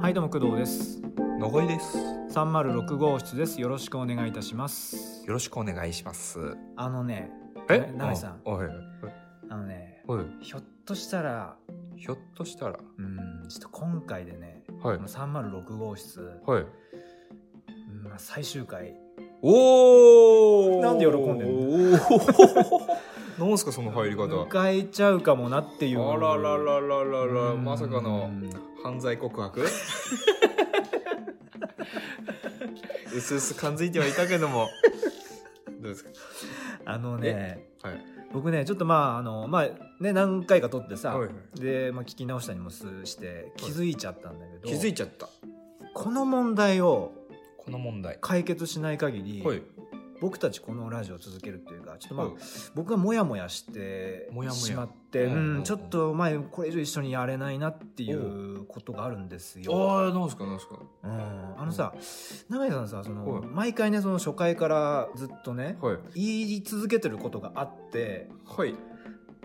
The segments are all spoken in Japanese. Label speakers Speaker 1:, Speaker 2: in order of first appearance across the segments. Speaker 1: はいどうも工藤です
Speaker 2: のごいです。
Speaker 1: 306号室ですよろしくお願いいたします
Speaker 2: よろしくお願いします。
Speaker 1: あのね永井さん
Speaker 2: あおい
Speaker 1: あのね
Speaker 2: おい。
Speaker 1: ひょっとしたら
Speaker 2: ひょっとしたら。
Speaker 1: うんちょっと今回でね、
Speaker 2: は
Speaker 1: この306号室、
Speaker 2: はい。
Speaker 1: うんまあ、最終回
Speaker 2: おお。
Speaker 1: なんで喜んでん
Speaker 2: の。おお。 なんすかその入り方。
Speaker 1: 迎えちゃうかもなっていう
Speaker 2: あらららららら
Speaker 1: うん
Speaker 2: まさか
Speaker 1: う
Speaker 2: の
Speaker 1: ん
Speaker 2: 犯罪告白。うすうす感づいてはいたけども。どうですか。
Speaker 1: あのね
Speaker 2: はい。
Speaker 1: 僕ねちょっとまああのまあね何回か撮ってさ、
Speaker 2: はいはい
Speaker 1: で、まあ、聞き直したりもすして気づいちゃったんだけど、
Speaker 2: 気づいちゃった。
Speaker 1: この問題を
Speaker 2: この問題。
Speaker 1: 解決しない限り、
Speaker 2: はい。
Speaker 1: 僕たちこのラジオを続けるっていうかちょっとまあ、
Speaker 2: はい
Speaker 1: 僕がモヤモヤして
Speaker 2: モヤモヤ
Speaker 1: しまって
Speaker 2: うんうんうん
Speaker 1: うんちょっと前これ以上一緒にやれないなっていうことがあるんですよ。
Speaker 2: ああなんすかなんすか。
Speaker 1: うんあのさ永井さんさその
Speaker 2: はい
Speaker 1: 毎回ねその初回からずっとね
Speaker 2: はい。
Speaker 1: 言い続けてることがあって
Speaker 2: はい。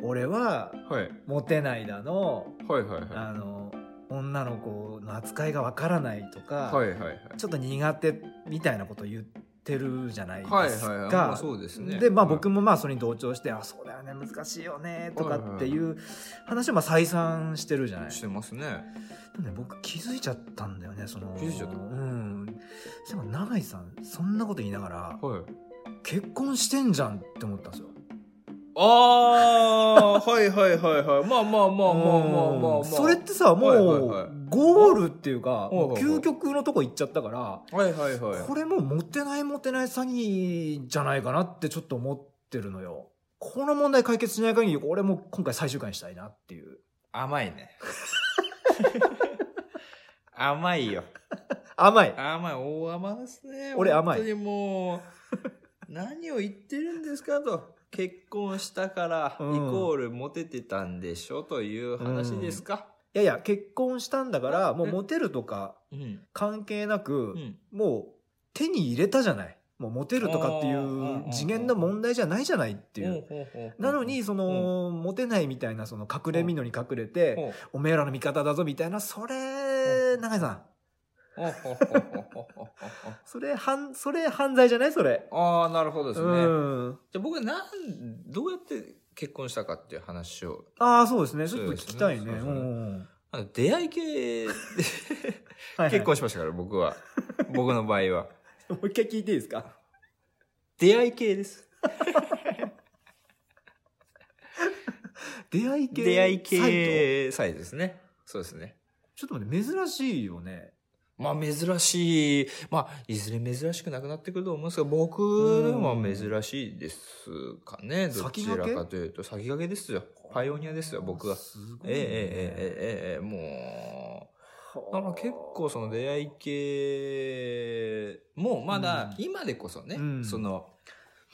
Speaker 1: 俺は
Speaker 2: はい。
Speaker 1: モテないだの
Speaker 2: はいはいはい。
Speaker 1: あの女の子の扱いがわからないとか、
Speaker 2: はいはいはい。
Speaker 1: ちょっと苦手みたいなこと言ってるじゃないですか。
Speaker 2: はいはいはい。まあそうですね。
Speaker 1: でまあ、僕
Speaker 2: も。
Speaker 1: もまあそれに同調して「あそうだよね難しいよね」とかっていう話をまあ再三してるじゃない、
Speaker 2: してますね。
Speaker 1: でもね僕気づいちゃったんだよねその
Speaker 2: 気づいちゃった
Speaker 1: うんでも永井さんそんなこと言いながら
Speaker 2: はい。
Speaker 1: 結婚してんじゃんって思ったんですよ
Speaker 2: ああー、はいはいはいはい。まあまあまあまあまあまあま
Speaker 1: う
Speaker 2: あ。
Speaker 1: んそれってさも
Speaker 2: はいはいはいう
Speaker 1: ゴールっていうか
Speaker 2: いはいはい
Speaker 1: 究極のとこ行っちゃったから
Speaker 2: はいはいはい。
Speaker 1: これもうモテないモテない詐欺じゃないかなってちょっと思ってるのよこの問題解決しない限り俺も今回最終回にしたいなっていう
Speaker 2: 甘いね。甘いよ。
Speaker 1: 甘い
Speaker 2: 甘い。大甘ですね。
Speaker 1: 俺甘い
Speaker 2: 本当にもう、何を言ってるんですかと。結婚したから、イ
Speaker 1: うん
Speaker 2: コールモテてたんでしょという話ですか。
Speaker 1: いやいや、結婚したんだから、もう
Speaker 2: え
Speaker 1: モテるとか
Speaker 2: うん。
Speaker 1: 関係なく
Speaker 2: う、ん。
Speaker 1: もう手に入れたじゃない。もうモテるとかってい
Speaker 2: あーうんうん
Speaker 1: う
Speaker 2: うん
Speaker 1: 次元の問題じゃないじゃないっていう。
Speaker 2: ほうほうほうほう
Speaker 1: なのに、、その、モテないみたいな、その隠れみのに隠れて、
Speaker 2: ほう
Speaker 1: おめえらの味方だぞみたいな、それ、
Speaker 2: うん
Speaker 1: 永井さん。
Speaker 2: あ
Speaker 1: それ、犯、それ犯罪じゃないそれ。
Speaker 2: あ、なるほどです
Speaker 1: う
Speaker 2: ね。
Speaker 1: ん。
Speaker 2: じゃあ僕はなん、どうやって結婚したかっていう話を、
Speaker 1: ああ、そうですね。ちょっと聞きたい
Speaker 2: そう
Speaker 1: ね。
Speaker 2: ですね
Speaker 1: う
Speaker 2: そうですね
Speaker 1: ん
Speaker 2: あの出会い系で
Speaker 1: はいはい
Speaker 2: 結婚しま したから、僕は。僕の場合は。
Speaker 1: もう一回聞いていいですか
Speaker 2: 出会い系です。
Speaker 1: 出会い系。
Speaker 2: 出会
Speaker 1: サ
Speaker 2: い
Speaker 1: イ
Speaker 2: 系サイトですね。そうですね。
Speaker 1: トちょっと待って、珍しいよね。
Speaker 2: まあ珍しい。まあ、いずれ珍しくなくなってくると思うんですが、僕は珍しいですかね。どちらかというと、先駆けですよ。パイオニアですよ、僕は。
Speaker 1: す
Speaker 2: ええええええ
Speaker 1: ごいね。
Speaker 2: ええええもうだから結構その出会い系もまだ
Speaker 1: うん
Speaker 2: 今でこそね、
Speaker 1: うん
Speaker 2: その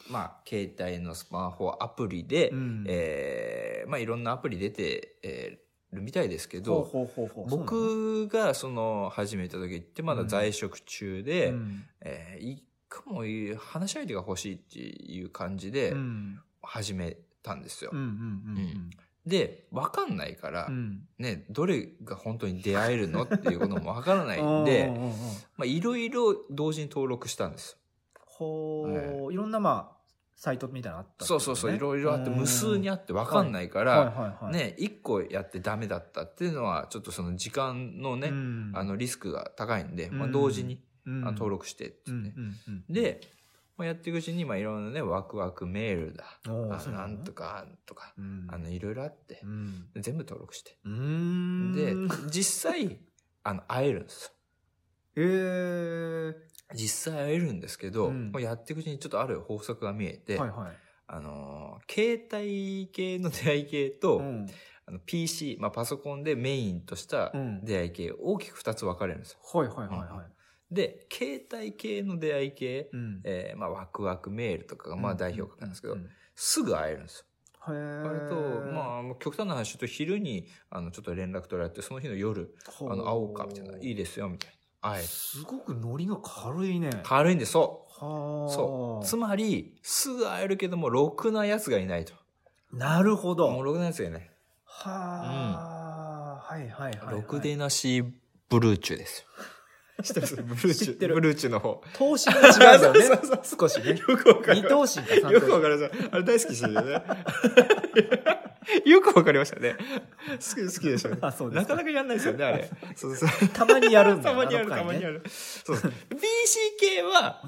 Speaker 2: まあ携帯のスマホアプリで、
Speaker 1: うん
Speaker 2: ええまあいろんなアプリ出て、ええるみたいですけど
Speaker 1: ほうほうほうほう
Speaker 2: 僕がその始めた時ってまだ在職中
Speaker 1: そう
Speaker 2: で、
Speaker 1: なのうん
Speaker 2: ええ一個もいい話し相手が欲しいっていう感じで
Speaker 1: うん
Speaker 2: 始めたんですよ。
Speaker 1: うんうん
Speaker 2: で分かんないから、
Speaker 1: うんうん
Speaker 2: ね、どれが本当に出会えるのっていうこともわからな
Speaker 1: う
Speaker 2: い
Speaker 1: ん
Speaker 2: ん
Speaker 1: うん
Speaker 2: で、
Speaker 1: うんうん
Speaker 2: まあ、いろいろ同時に登録したんです。
Speaker 1: ほういろんなまあサイトみたいなのあったってこ
Speaker 2: そう
Speaker 1: と
Speaker 2: そう
Speaker 1: ね
Speaker 2: そう、いろいろあって、
Speaker 1: うん
Speaker 2: 無数にあってわかんないか
Speaker 1: はい
Speaker 2: ら、
Speaker 1: はいはい
Speaker 2: ね、一個やってダメだったっていうのは、ちょっとその時間のね
Speaker 1: う、ん
Speaker 2: あの、リスクが高いんで、ま
Speaker 1: う
Speaker 2: あ、
Speaker 1: ん
Speaker 2: 同時に
Speaker 1: うん
Speaker 2: あの登録してって
Speaker 1: う
Speaker 2: いうんね。
Speaker 1: うんうん
Speaker 2: で、まあ、やっていくうちに、まあ、いろんなね、ワクワクメールだ、
Speaker 1: おー
Speaker 2: あ
Speaker 1: そうな
Speaker 2: な
Speaker 1: の
Speaker 2: んとか、とか、
Speaker 1: うん
Speaker 2: あの、いろいろあって
Speaker 1: う、ん
Speaker 2: 全部登録して。
Speaker 1: うーん
Speaker 2: で、実際、あの、会えるんです
Speaker 1: え
Speaker 2: よ。
Speaker 1: ー
Speaker 2: 実際会えるんですけど、
Speaker 1: うん
Speaker 2: もうやっていくうちにちょっとある法則が見えて、
Speaker 1: はいはい
Speaker 2: あのー、携帯系の出会い系と、
Speaker 1: うん
Speaker 2: あの PC、まあ、パソコンでメインとした
Speaker 1: うん
Speaker 2: 出会い系、大きく2つ分かれるんですよ。
Speaker 1: はいはいはいはい
Speaker 2: で、携帯系の出会い系、
Speaker 1: うん
Speaker 2: えーまあ、ワクワクメールとかが、まあ、代表格なんですけど、
Speaker 1: うんうん
Speaker 2: すぐ会えるんですよ。
Speaker 1: へー
Speaker 2: あれと、まあ、もう極端な話、ちょっと昼に、あの、ちょっと連絡取られて、その日の夜、あ
Speaker 1: ほう
Speaker 2: の、会おうか、みたいな、いいですよ、みたいな。会える。
Speaker 1: すごくノリが軽いね
Speaker 2: 軽いんで、そう。
Speaker 1: はあ
Speaker 2: そう。つまり、すぐ会えるけども、ろくな奴がいないと。
Speaker 1: なるほど
Speaker 2: もうろくな奴がいない。
Speaker 1: はあ、はいはいはい、はい。
Speaker 2: ろくでなしブルーチュ ですよ。知ってますブルーチ
Speaker 1: 知ってる
Speaker 2: ュ。ブルーチュの方。
Speaker 1: 投資が違うよ ね
Speaker 2: そうそうそう。
Speaker 1: 少しね。
Speaker 2: よくわか
Speaker 1: 二
Speaker 2: る。
Speaker 1: 等身か三等身。
Speaker 2: よくわかりました。あれ大好きでした よね。よくわかりましたね。好き、好きでしたね。
Speaker 1: あそうで
Speaker 2: な
Speaker 1: すか
Speaker 2: かなかやんないですよね、あ れ。そうそうそう。
Speaker 1: たまにやるんだ
Speaker 2: た
Speaker 1: よ
Speaker 2: まにある、
Speaker 1: の
Speaker 2: た
Speaker 1: 回
Speaker 2: まに
Speaker 1: ね
Speaker 2: ある。そうそう。BCK は、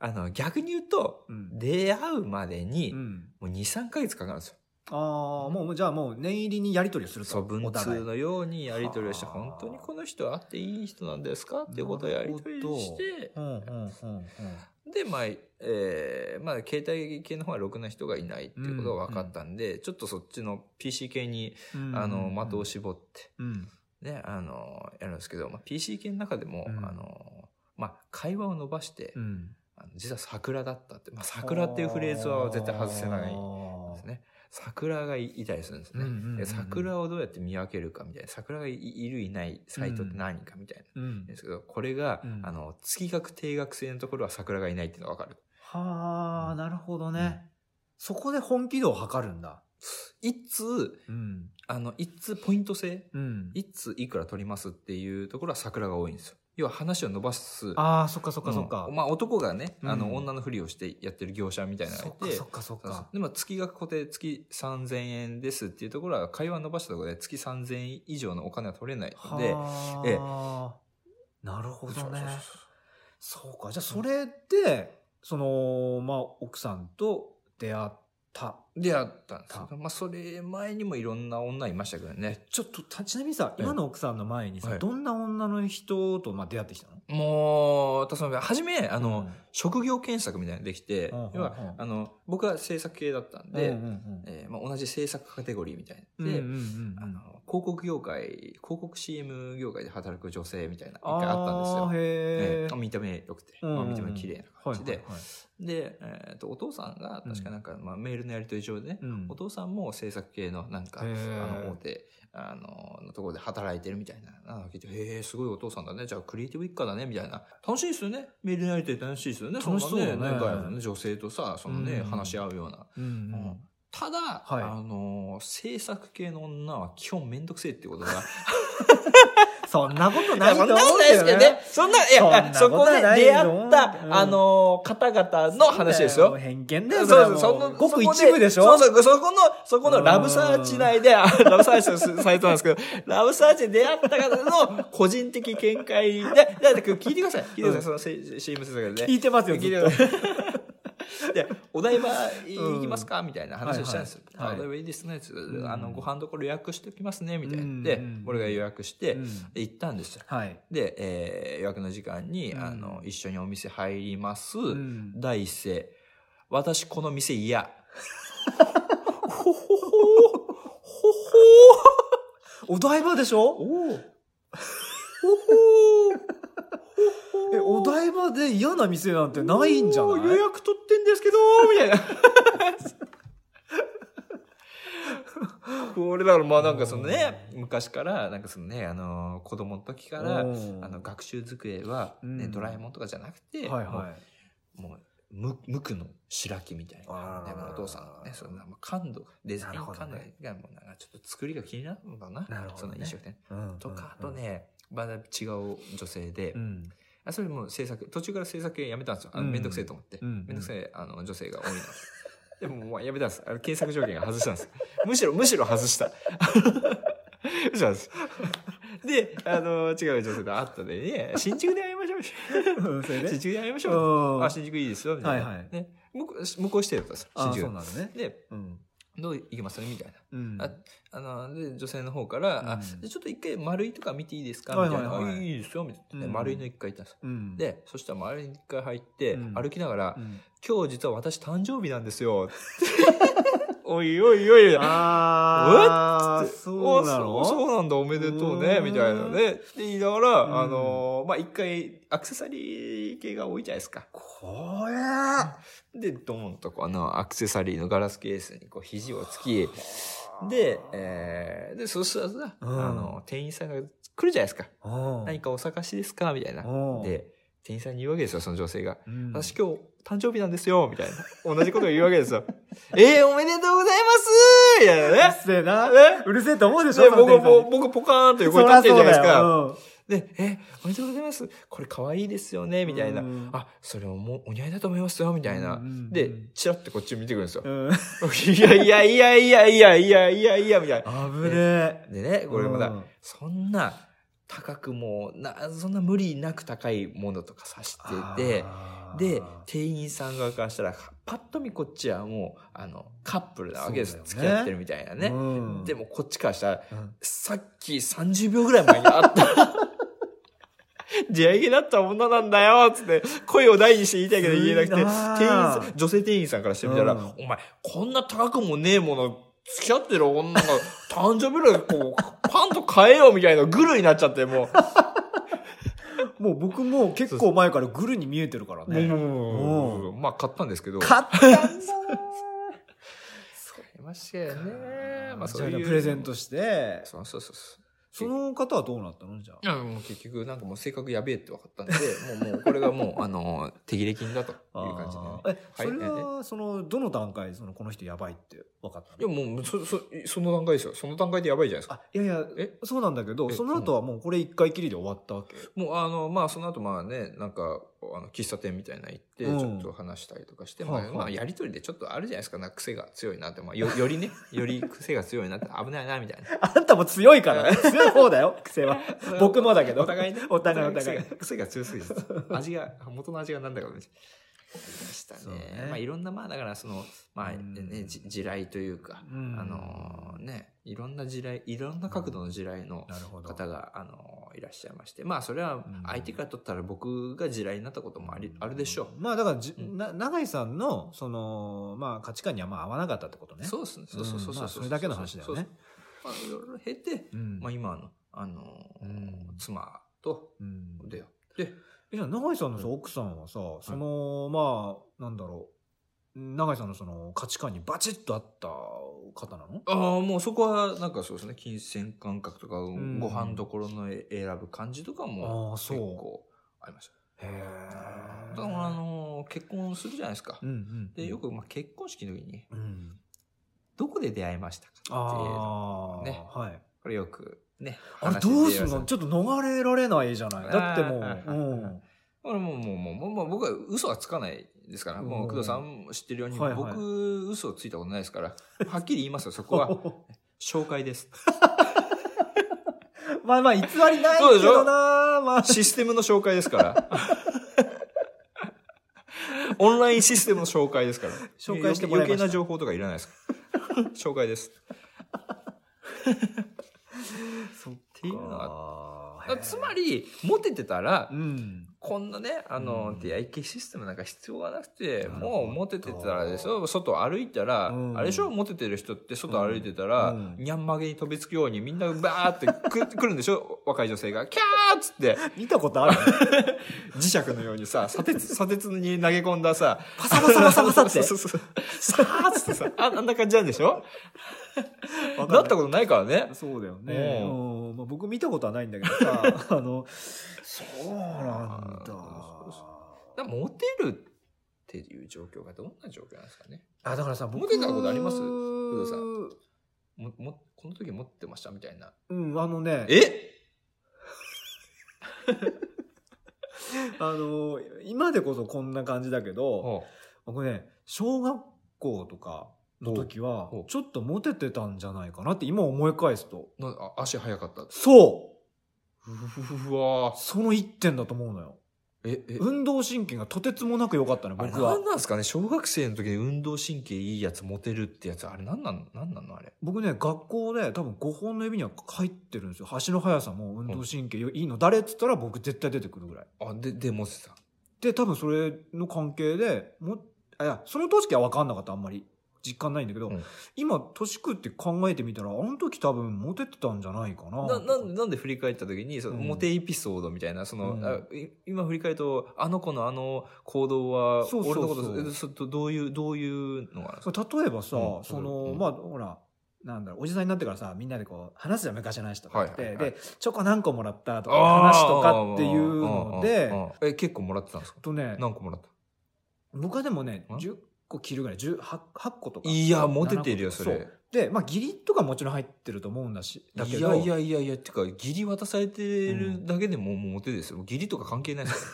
Speaker 2: あの、逆に言うと、
Speaker 1: うん
Speaker 2: 出会うまでに、
Speaker 1: うん。
Speaker 2: も
Speaker 1: うん
Speaker 2: う2、3ヶ月かかるんですよ。
Speaker 1: ああ、もう、じゃあもう念入りにやりとりをすると。
Speaker 2: そう、文
Speaker 1: お互い
Speaker 2: 通のようにやり取りをして、
Speaker 1: はあ
Speaker 2: 本当にこの人は会っていい人なんですかっていうことをやり取りして、
Speaker 1: うんうんうんうん。
Speaker 2: で、まあ、えーまあ、携帯系の方はろくな人がいないっていうことが分かったんで、ちょっとそっちの PC 系に、
Speaker 1: うん
Speaker 2: あの、
Speaker 1: うん
Speaker 2: 的を絞って、
Speaker 1: うん。
Speaker 2: ね、あの、やるんですけど、まあ、PC 系の中でも、
Speaker 1: うん
Speaker 2: あの、まあ、会話を伸ばして、
Speaker 1: うん。
Speaker 2: あの実は桜だったって、まあ、桜っていうフレーズは絶対外せないですね。桜がいたりするんですね、
Speaker 1: うんうんうんうん
Speaker 2: で桜をどうやって見分けるかみたいな。桜がいいるいないサイトって何かみたいな。
Speaker 1: うん
Speaker 2: で。すけど、これが、
Speaker 1: うん
Speaker 2: あの、月額定額制のところは桜がいないっていうのがわかる。
Speaker 1: はあ、なるほどね。そこで本気度を測るんだ。
Speaker 2: いつ、
Speaker 1: うん。
Speaker 2: あの、いつポイント制、
Speaker 1: うん。
Speaker 2: いついくら取りますっていうところは桜が多いんですよ。要は話を伸ばす。
Speaker 1: ああ、そっかそっかそっか
Speaker 2: うん。まあ男がね、あ
Speaker 1: うん
Speaker 2: の、女のふりをしてやってる業者みたいなの
Speaker 1: そっ
Speaker 2: が
Speaker 1: か
Speaker 2: いて、
Speaker 1: そっかそっ
Speaker 2: そうそう
Speaker 1: か。
Speaker 2: でも月額固定月3000円ですっていうところは会話伸ばしたところで月3000円以上のお金は取れないので、ええ
Speaker 1: はあ。なるほ
Speaker 2: そう
Speaker 1: ど
Speaker 2: そうそう
Speaker 1: ね。
Speaker 2: そう
Speaker 1: そうか。じゃあ、それで、その、まあ、奥さんと出会った。
Speaker 2: であったんですけどまあそれ前にもいろんな女いましたけどね。
Speaker 1: ちょっと、たちなみにさ、
Speaker 2: ええ
Speaker 1: 今の奥さんの前にさ、
Speaker 2: はい
Speaker 1: どんな女の人と、まあ、出会ってきたの
Speaker 2: もう、その初め、あ
Speaker 1: あ
Speaker 2: の、、職業検索みたいなのできて、
Speaker 1: うんうんうん
Speaker 2: 要は、あの、僕は制作系だったん
Speaker 1: で、
Speaker 2: で、
Speaker 1: うんうん
Speaker 2: えーまあ、同じ制作カテゴリーみたい
Speaker 1: うん
Speaker 2: な。で、
Speaker 1: うんうんうん
Speaker 2: あの、広告業界、広告 CM 業界で働く女性みたいな、一
Speaker 1: あ
Speaker 2: 回あったんですよ
Speaker 1: ー。へ
Speaker 2: えー
Speaker 1: ー
Speaker 2: 見た目良くて、
Speaker 1: うんうん
Speaker 2: ま
Speaker 1: う
Speaker 2: あ、
Speaker 1: ん
Speaker 2: 見た目綺麗な感じで、
Speaker 1: はいはいはい
Speaker 2: で、えーとお父さんが確かなんか、まあ、メールのやり取り上でね、
Speaker 1: うん
Speaker 2: お父さんも制作系のなんかあ
Speaker 1: へー
Speaker 2: の大手あののところで働いてるみたいなあの聞いて「へえすごいお父さんだねじゃあクリエイティブ一家だね」みたいな楽しいですよねメールのやり取り楽しいですよね
Speaker 1: 楽しそうだね
Speaker 2: そんなねなんか女性とさそのね、
Speaker 1: うん
Speaker 2: 話し合うような。
Speaker 1: うんうん
Speaker 2: ただ、
Speaker 1: はい
Speaker 2: あの制作系の女は基本めんどくせえっていうことが
Speaker 1: そんなこと
Speaker 2: い
Speaker 1: な
Speaker 2: や
Speaker 1: い
Speaker 2: そ
Speaker 1: と
Speaker 2: ん
Speaker 1: 思
Speaker 2: な
Speaker 1: う
Speaker 2: ことない
Speaker 1: け
Speaker 2: です
Speaker 1: ど
Speaker 2: けどね。。そんな、い
Speaker 1: そんな
Speaker 2: や、そ
Speaker 1: こと
Speaker 2: こ
Speaker 1: は
Speaker 2: で
Speaker 1: ないよ
Speaker 2: 出会った、
Speaker 1: うん
Speaker 2: あの、方々の話ですよ。
Speaker 1: 偏見だ
Speaker 2: そ
Speaker 1: よれ
Speaker 2: うそう
Speaker 1: は
Speaker 2: そ
Speaker 1: も
Speaker 2: の
Speaker 1: ごく
Speaker 2: そこ
Speaker 1: 一部でしょ
Speaker 2: そうそう、そこの、そこのラブサーチ内で、あラブサーチのサイトなんですけど、ラブサーチで出会った方の個人的見解で、だって聞いてください。聞いてください、その C- CM 制作で
Speaker 1: 聞
Speaker 2: ね。
Speaker 1: いてますよ、
Speaker 2: 聞いて
Speaker 1: ずっ
Speaker 2: く
Speaker 1: と
Speaker 2: ださい。で、お台場行きますかみたいな話をしたんですよ。
Speaker 1: はいはい
Speaker 2: あお台場いいですね。つって
Speaker 1: うん
Speaker 2: あの、ご飯どころ予約しておきますね。みたい
Speaker 1: うん
Speaker 2: な。で
Speaker 1: うん、
Speaker 2: 俺が予約して
Speaker 1: う、ん
Speaker 2: で行ったんですよ。
Speaker 1: はい。
Speaker 2: で、えー予約の時間に、
Speaker 1: うん
Speaker 2: あの、一緒にお店入ります。
Speaker 1: ん
Speaker 2: 第一声。私、この店嫌。ほほほほ
Speaker 1: お台場でしょ
Speaker 2: ほお
Speaker 1: え、お台場で嫌な店なんてないんじゃない
Speaker 2: 予約取ってんですけど みたいな。これだからまあなんかそのね、昔から、なんかそのね、あの、子供の時から、あ
Speaker 1: うん
Speaker 2: の、学習机は、ね、
Speaker 1: うん
Speaker 2: ドラえもんとかじゃなくて、
Speaker 1: はい
Speaker 2: もう
Speaker 1: はい。
Speaker 2: もう、無無垢の白木みたいな
Speaker 1: あ。ー
Speaker 2: でもお父さんのね、そのまあ感度、デザ
Speaker 1: な
Speaker 2: イン
Speaker 1: るほど
Speaker 2: 感度
Speaker 1: ね
Speaker 2: が、もうなんかちょっと作りが気になるのかな。
Speaker 1: なるほどね
Speaker 2: その飲食店。
Speaker 1: うん
Speaker 2: とか、あと、ね、まだ違う女性で
Speaker 1: う、ん。
Speaker 2: あそれもう制作、途中から制作系やめたんですよ。あ
Speaker 1: う
Speaker 2: の
Speaker 1: ん
Speaker 2: めんどくせえと思って。
Speaker 1: うんうん
Speaker 2: めんどくせえ、あの、女性が多 いな。でももうやめたんです。あの検索条件が外したんです。むしろ、むしろ外した。 そうなんです。で、あの、違う女性と会ったで、ね、新宿で会いましょう。
Speaker 1: うんそれで
Speaker 2: 新宿で会いまし
Speaker 1: う
Speaker 2: ょう。
Speaker 1: ん。
Speaker 2: あ、新宿いいですよ、みたいな。
Speaker 1: はいはい
Speaker 2: ね、向こう、向こうしてだったんです、
Speaker 1: あそ
Speaker 2: 新
Speaker 1: う
Speaker 2: 宿。
Speaker 1: なんだね。
Speaker 2: で、
Speaker 1: うん。
Speaker 2: どう行きますみたいな。
Speaker 1: うん
Speaker 2: ああの、で、女性の方から、あ
Speaker 1: うん
Speaker 2: でちょっと一回丸いとか見ていいですか
Speaker 1: はい
Speaker 2: みたいな。
Speaker 1: はいはい
Speaker 2: あいいですよ、みたいな。で
Speaker 1: うん
Speaker 2: 丸いの一回行ったんです。
Speaker 1: うん。
Speaker 2: で、そしたら丸いの一回入って、
Speaker 1: うん
Speaker 2: 歩きながら、
Speaker 1: うん、
Speaker 2: 今日実は私誕生日なんで すよ。おいおいおい。
Speaker 1: ああ、そうな
Speaker 2: あ
Speaker 1: の
Speaker 2: そうそうなんだ、おめでとうね、
Speaker 1: うん
Speaker 2: みたいなね。って言いながら、
Speaker 1: うん
Speaker 2: あの、まあ、一回、アクセサリー系が多いじゃないですか。
Speaker 1: こりゃ
Speaker 2: で、ドーンとこうあの、アクセサリーのガラスケースにこう、肘をつき、で、えー、で、そしたらさ、
Speaker 1: うん
Speaker 2: あの、店員さんが来るじゃないですか。
Speaker 1: うん
Speaker 2: 何かお探しですかみたいな
Speaker 1: うん。
Speaker 2: で、店員さんに言うわけですよ、その女性が。
Speaker 1: うん
Speaker 2: 私今日誕生日なんですよ、みたいな。同じことを言うわけですよ。 えー、おめでとうございますみたいな
Speaker 1: うる
Speaker 2: ね。
Speaker 1: せえな。
Speaker 2: え
Speaker 1: うるせえと思うでしょ
Speaker 2: で、僕
Speaker 1: その店員さん
Speaker 2: も、僕ポカーンと横に立ってるじゃないですか。
Speaker 1: そらそうだよ
Speaker 2: で、え、おめでとうございます。これ可愛いですよね、みたいな。
Speaker 1: うん
Speaker 2: あ、それはもうお似合いだと思いますよ、みたいな。
Speaker 1: うんうんうん
Speaker 2: で、チラッてこっち見てくるんですよ。
Speaker 1: うん。
Speaker 2: いやいやいやいやいやいやいやいや、みたいな。
Speaker 1: 危ねえ。
Speaker 2: でね、これまだ、
Speaker 1: うん
Speaker 2: そんな高くもうな、そんな無理なく高いものとかさしてて、
Speaker 1: あー
Speaker 2: で、店員さん側からしたら、パッと見こっちはもう、あの、カップルなわけです。
Speaker 1: そうだよね
Speaker 2: 付き合ってるみたいなね。
Speaker 1: うん
Speaker 2: でもこっちからしたら、
Speaker 1: うん
Speaker 2: さっき30秒ぐらい前に会 った。出会い系だった女なんだよつって、声を大にして言いたいけど言えなくて、
Speaker 1: いい
Speaker 2: 店員
Speaker 1: なあ
Speaker 2: さん、女性店員さんからしてみたら、
Speaker 1: うん
Speaker 2: お前、こんな高くもねえもの、付き合ってる女が、誕生日ぐらいこう、パンと買えよみたいなぐるになっちゃって、も
Speaker 1: もう僕も結構前からグルに見えてるから
Speaker 2: う、もう
Speaker 1: ね。
Speaker 2: もうもう、まあ買ったんですけど。
Speaker 1: 買ったんだ
Speaker 2: 買いましたよね。まあ
Speaker 1: じ
Speaker 2: そ
Speaker 1: ゃ
Speaker 2: う
Speaker 1: あ
Speaker 2: いう。
Speaker 1: プレゼントして、
Speaker 2: そうそうそうそう。
Speaker 1: その方はどうなったのじゃ
Speaker 2: いやもう結局なんかもう性格やべえって分かったんで、もうもうこれがも う、あの、手切れ金だとい
Speaker 1: あ。
Speaker 2: う感じで、ね。
Speaker 1: あーえ、
Speaker 2: はい
Speaker 1: それは、その、どの段階、その、この人やばいって分かった
Speaker 2: いや
Speaker 1: の
Speaker 2: もうそそその段階ですよその段階でやばいじゃないですか
Speaker 1: あ、いやいや、
Speaker 2: え
Speaker 1: そうなんだけど、
Speaker 2: え
Speaker 1: その後はもうこれ一回きりで終わったわけ。
Speaker 2: もうあのまあその後まあねなんかあの喫茶店みたいな行ってち
Speaker 1: うん
Speaker 2: ょっと話したりとかして、ま
Speaker 1: はあ
Speaker 2: あ
Speaker 1: はあ
Speaker 2: まあやりとりでちょっとあるじゃないですかなんか癖が強いなって、まあ、よよりね より癖が強いなって危ないなみたいな
Speaker 1: あんたも強いからね。強い方だよ、癖は。僕もだけど。
Speaker 2: お互いね
Speaker 1: お互いお
Speaker 2: 癖
Speaker 1: 互い
Speaker 2: が。癖が強すぎて味が元の味がなんだかみたいな。ありました
Speaker 1: そう
Speaker 2: ね
Speaker 1: ね
Speaker 2: まあいろんなまあだからそのまあ
Speaker 1: うん
Speaker 2: ねじ地雷というか、
Speaker 1: うん
Speaker 2: あのねいろんな地雷いろんな角度の地雷の、
Speaker 1: なるほど。
Speaker 2: 方が、あの、いらっしゃいまして。まあ、それは
Speaker 1: ん
Speaker 2: 相手から取ったら僕が地雷になったこともあり、あるでしょ
Speaker 1: まあだからじ、
Speaker 2: うん
Speaker 1: な永井さんの、その、まあ価値観にはまあ合わなかったってこと
Speaker 2: う。
Speaker 1: ね。
Speaker 2: そうですね。そうそうそ
Speaker 1: う
Speaker 2: う
Speaker 1: んまあ
Speaker 2: そう。
Speaker 1: それだけの話だよね
Speaker 2: そうそう。まあ、いろいろ経て、
Speaker 1: うん。
Speaker 2: まあ、今の、あの
Speaker 1: う、ん
Speaker 2: 妻と
Speaker 1: うん
Speaker 2: 出会って、
Speaker 1: いや、永井さんのさ、
Speaker 2: うん
Speaker 1: 奥さんはさ、その、まあ、なんだろう。永井さんのその価値観にバチッと合った方なの
Speaker 2: ああ、もうそこは、なんかそうですね、金銭感覚とか、
Speaker 1: ん
Speaker 2: ご飯どころの選ぶ感じとか
Speaker 1: あ
Speaker 2: も、
Speaker 1: あ
Speaker 2: 結
Speaker 1: そう
Speaker 2: 構ありました。
Speaker 1: へ
Speaker 2: だから、あの、結婚するじゃないですか
Speaker 1: う。んうん。
Speaker 2: で、よく、まあ、結婚式の時に、
Speaker 1: うん。
Speaker 2: どこで出会いましたかっていうの
Speaker 1: ああ、
Speaker 2: ね
Speaker 1: はい。
Speaker 2: これよくね。
Speaker 1: あれ
Speaker 2: 話して
Speaker 1: どうすん
Speaker 2: 出会いま
Speaker 1: の
Speaker 2: し
Speaker 1: ちょっと逃れられないじゃない。だっても
Speaker 2: あー
Speaker 1: う、うん。
Speaker 2: た俺もうもうもうもうもう僕は嘘はつかないですから、も
Speaker 1: うん
Speaker 2: う工藤さんも知ってるように、
Speaker 1: はいはい
Speaker 2: 僕嘘をついたことないですから、はっきり言います よ、そこは紹介です。
Speaker 1: まあまあ、偽りない
Speaker 2: そうで
Speaker 1: け
Speaker 2: しょ
Speaker 1: どなまあ。
Speaker 2: システムの紹介で すから。オンラインシステムの紹介ですから。
Speaker 1: 紹介してもらいました
Speaker 2: 余計な情報とかいらないですから。 紹介です。
Speaker 1: そっか
Speaker 2: ていうの
Speaker 1: へー
Speaker 2: つまり、モテてたら
Speaker 1: う、ん。
Speaker 2: こんなね、あ
Speaker 1: う
Speaker 2: の、
Speaker 1: ん
Speaker 2: 出会い系システムなんか必要がなく
Speaker 1: な
Speaker 2: て、
Speaker 1: るほど
Speaker 2: もうモテてたらですよ、外歩いたら、
Speaker 1: うん
Speaker 2: あれでしょ、モテてる人って外歩いてたら、
Speaker 1: うん
Speaker 2: にゃんまげに飛びつくようにみんなバーってく 来るんでしょ若い女性が、キャーっつって、
Speaker 1: 見たこと ある
Speaker 2: 磁石のようにさ、砂鉄、砂鉄に投げ込んださ、
Speaker 1: パサパサパサパサって
Speaker 2: そうそうそう。さーっつって さ、ああんな感じなんでしょ
Speaker 1: わかん
Speaker 2: な
Speaker 1: な
Speaker 2: っ
Speaker 1: い
Speaker 2: たことないからね。
Speaker 1: そうだよ
Speaker 2: ね
Speaker 1: ね。うんまあ、僕見たことはないんだけどさ、 あの、そうなんだ。
Speaker 2: だからモテるっていう状況がどんな状況なんですかね。
Speaker 1: あ、だからさ、僕
Speaker 2: モテたことあります
Speaker 1: う
Speaker 2: 藤田さも、も、この時持ってましたみたいな。
Speaker 1: ん、あのね、
Speaker 2: え
Speaker 1: あの、今でこそこんな感じだけど、僕ね、小学校とかの時は
Speaker 2: ほうほう、
Speaker 1: ちょっとモテてたんじゃないかなって今思い返すと。
Speaker 2: なあ足早かった。
Speaker 1: そう
Speaker 2: ふふふふわー
Speaker 1: その一点だと思うのよ。
Speaker 2: え、え、
Speaker 1: 運動神経がとてつもなく良かったね、
Speaker 2: あれ
Speaker 1: 僕は
Speaker 2: 何。なんですかね小学生の時に運動神経いいやつモテるってやつ、あれ何なん、何なんのあれ。
Speaker 1: 僕ね、学校で多分5本の指には入ってるんですよ。足の速さも運動神経いいの誰っつったら僕絶対出てくるぐらい。
Speaker 2: あ、で、で、モテた。
Speaker 1: で、多分それの関係で、も、あいや、その時は分かんなかった、あんまり。実感ないんだけど、
Speaker 2: うん
Speaker 1: 今、年食って考えてみたら、あの時多分モテてたんじゃないかな。
Speaker 2: な、なんなんで振り返った時に、その、
Speaker 1: うん
Speaker 2: モテエピソードみたいな、その、
Speaker 1: うん
Speaker 2: あい今振り返ると、あの子のあの行動は、
Speaker 1: そうそうそう
Speaker 2: 俺のことえそど、どういう、どういうのがあるんですか
Speaker 1: 例えばさ、
Speaker 2: うん
Speaker 1: その、
Speaker 2: うん
Speaker 1: まあ、ほら、なんだろう、おじさんになってからさ、みんなでこう、話すじゃん、昔の話とかって、
Speaker 2: はいはいはい
Speaker 1: で、チョコ何個もらったとか、話とかっていうので、
Speaker 2: あーあーあーあーえ、結構もらってたんですか
Speaker 1: とね、
Speaker 2: 何個もらった
Speaker 1: 僕はでもね、
Speaker 2: ん
Speaker 1: 10個切るぐらい、18 8個とか。
Speaker 2: いや、モテてるよ、そ
Speaker 1: 7個
Speaker 2: れ
Speaker 1: とか。で、まあ、義理とかもちろん入ってると思うんだし、だけど、
Speaker 2: いやいやいやいや、てか、義理渡されてるだけでも、もうモテですよ。義理とか関係ないです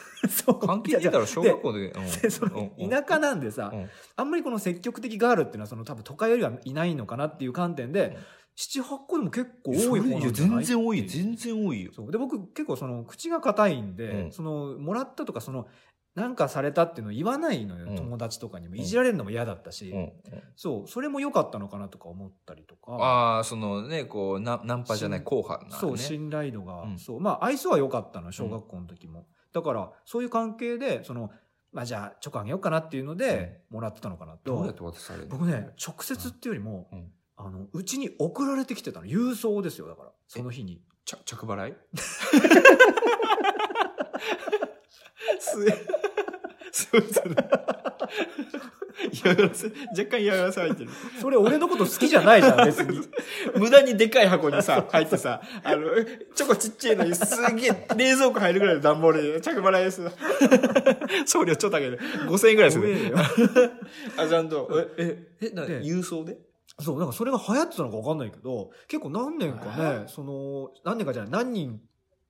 Speaker 2: よ。
Speaker 1: そう
Speaker 2: 関係ないだろ、小学校の
Speaker 1: い
Speaker 2: 時。
Speaker 1: やでその
Speaker 2: うん
Speaker 1: 田舎なんでさ、
Speaker 2: うん
Speaker 1: あんまりこの積極的ガールっていうのはその多分都会よりはいないのかなっていう観点で、
Speaker 2: うん
Speaker 1: 78個でも結構
Speaker 2: う
Speaker 1: 多
Speaker 2: ん
Speaker 1: い方
Speaker 2: い
Speaker 1: な
Speaker 2: や、
Speaker 1: んじゃない
Speaker 2: 全然多いよ。全然多いよ。
Speaker 1: そうで僕結構その口が硬いんで、
Speaker 2: うん
Speaker 1: そのもらったとかそのなんかされたっていうのを言わないのよ、
Speaker 2: うん
Speaker 1: 友達とかにも
Speaker 2: ん
Speaker 1: いじられるのも嫌だったし、
Speaker 2: うん。
Speaker 1: そうそれも良かったのかなとか思ったりとか
Speaker 2: ああ、そのね、こう、ナナンパじゃない、
Speaker 1: し
Speaker 2: 後派な
Speaker 1: そ
Speaker 2: ね
Speaker 1: う信頼度が、
Speaker 2: うん
Speaker 1: そうまあ愛想は良かったの小学校の時も、だからそういう関係でそのまあじゃあチョコあげようかなっていうのでもらってたのかなと、
Speaker 2: どうやって渡されるの
Speaker 1: 僕ね直接っていうよりも、
Speaker 2: うん
Speaker 1: あのうちに送られてきてたの郵送ですよだからその日に
Speaker 2: ちゃ着払い
Speaker 1: す
Speaker 2: そうだ ね。嫌がらせ、若干嫌がらせ入ってる。
Speaker 1: それ俺のこと好きじゃないじ ゃん別に
Speaker 2: 無駄にでかい箱にさ、入ってさ、あの、チョコちっちゃいのにすげえ冷蔵庫入るぐらいの段ボールで、着払いです。送料ちょっとだけで、5000円ぐらいです
Speaker 1: 怖え
Speaker 2: ね。
Speaker 1: よ
Speaker 2: あ、ちゃんと、え、え、え、な、
Speaker 1: で
Speaker 2: 郵送で
Speaker 1: そうなんかそれが流行ってたのか分かんないけど結構何年かね
Speaker 2: え、ー
Speaker 1: その何年かじゃない何人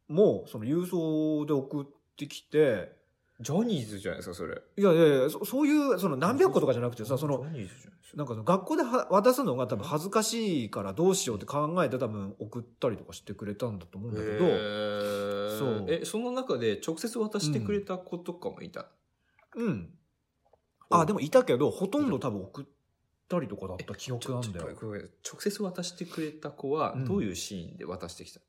Speaker 1: もその郵送で送ってきて
Speaker 2: ジャニーズじゃないですか、それ。
Speaker 1: いやいやいやそそういうその何百個とかじゃなくてさその
Speaker 2: ジャニーズじゃないですか
Speaker 1: なんかその学校では渡すのが多分恥ずかしいからどうしようって考えて多分送ったりとかしてくれたんだと思うんだけど、
Speaker 2: へー
Speaker 1: そう
Speaker 2: え、その中で直接渡してくれた子とかもいた。
Speaker 1: うん。
Speaker 2: うん
Speaker 1: あ、でもいたけど、ほとんど多分送ったりとかだった記
Speaker 2: ち
Speaker 1: 憶
Speaker 2: ょ
Speaker 1: なんだ
Speaker 2: ちょっ
Speaker 1: よ。
Speaker 2: とごめん直接渡してくれた子は
Speaker 1: うん
Speaker 2: どういうシーンで渡してきた、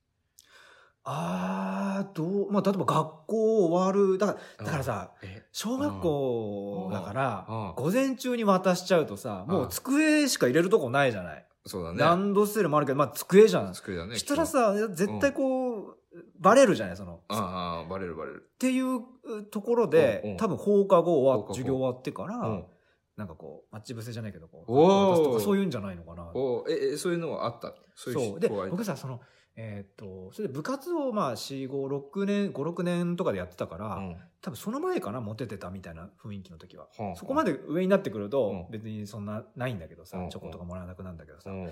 Speaker 1: ああ、どう、まあ、例えば学校終わる、だから、だからさ、
Speaker 2: え
Speaker 1: 小学校だから
Speaker 2: うんうん、
Speaker 1: 午前中に渡しちゃうとさ、もううん机しか入れるとこないじゃない。
Speaker 2: そうだね
Speaker 1: ランドセルもあるけど、まあ、机じゃん。
Speaker 2: 机だね
Speaker 1: したらさ、絶対こう、バレるじゃない、その。
Speaker 2: あ
Speaker 1: っ
Speaker 2: あああバレるバレる
Speaker 1: ていうところ
Speaker 2: うんうん
Speaker 1: で、多分放課後
Speaker 2: 放
Speaker 1: は、
Speaker 2: 課後
Speaker 1: 授業終わってか
Speaker 2: うん
Speaker 1: ら、なんかこう、待ち伏せじゃないけど、こう、
Speaker 2: おー
Speaker 1: 渡すとかそういうんじゃないのかな。
Speaker 2: おうええそういうのはあったそういう
Speaker 1: そうで
Speaker 2: 子はい
Speaker 1: 僕さそのえーっとそれで部活をまあ456年56年とかでやってたから、
Speaker 2: うん
Speaker 1: 多分その前かなモテてたみたいな雰囲気の時は、
Speaker 2: はあ
Speaker 1: そこまで上になってくると
Speaker 2: うん
Speaker 1: 別にそんなないんだけどさ、
Speaker 2: うん
Speaker 1: チョコとかもらわなくなんだけどさ、
Speaker 2: うん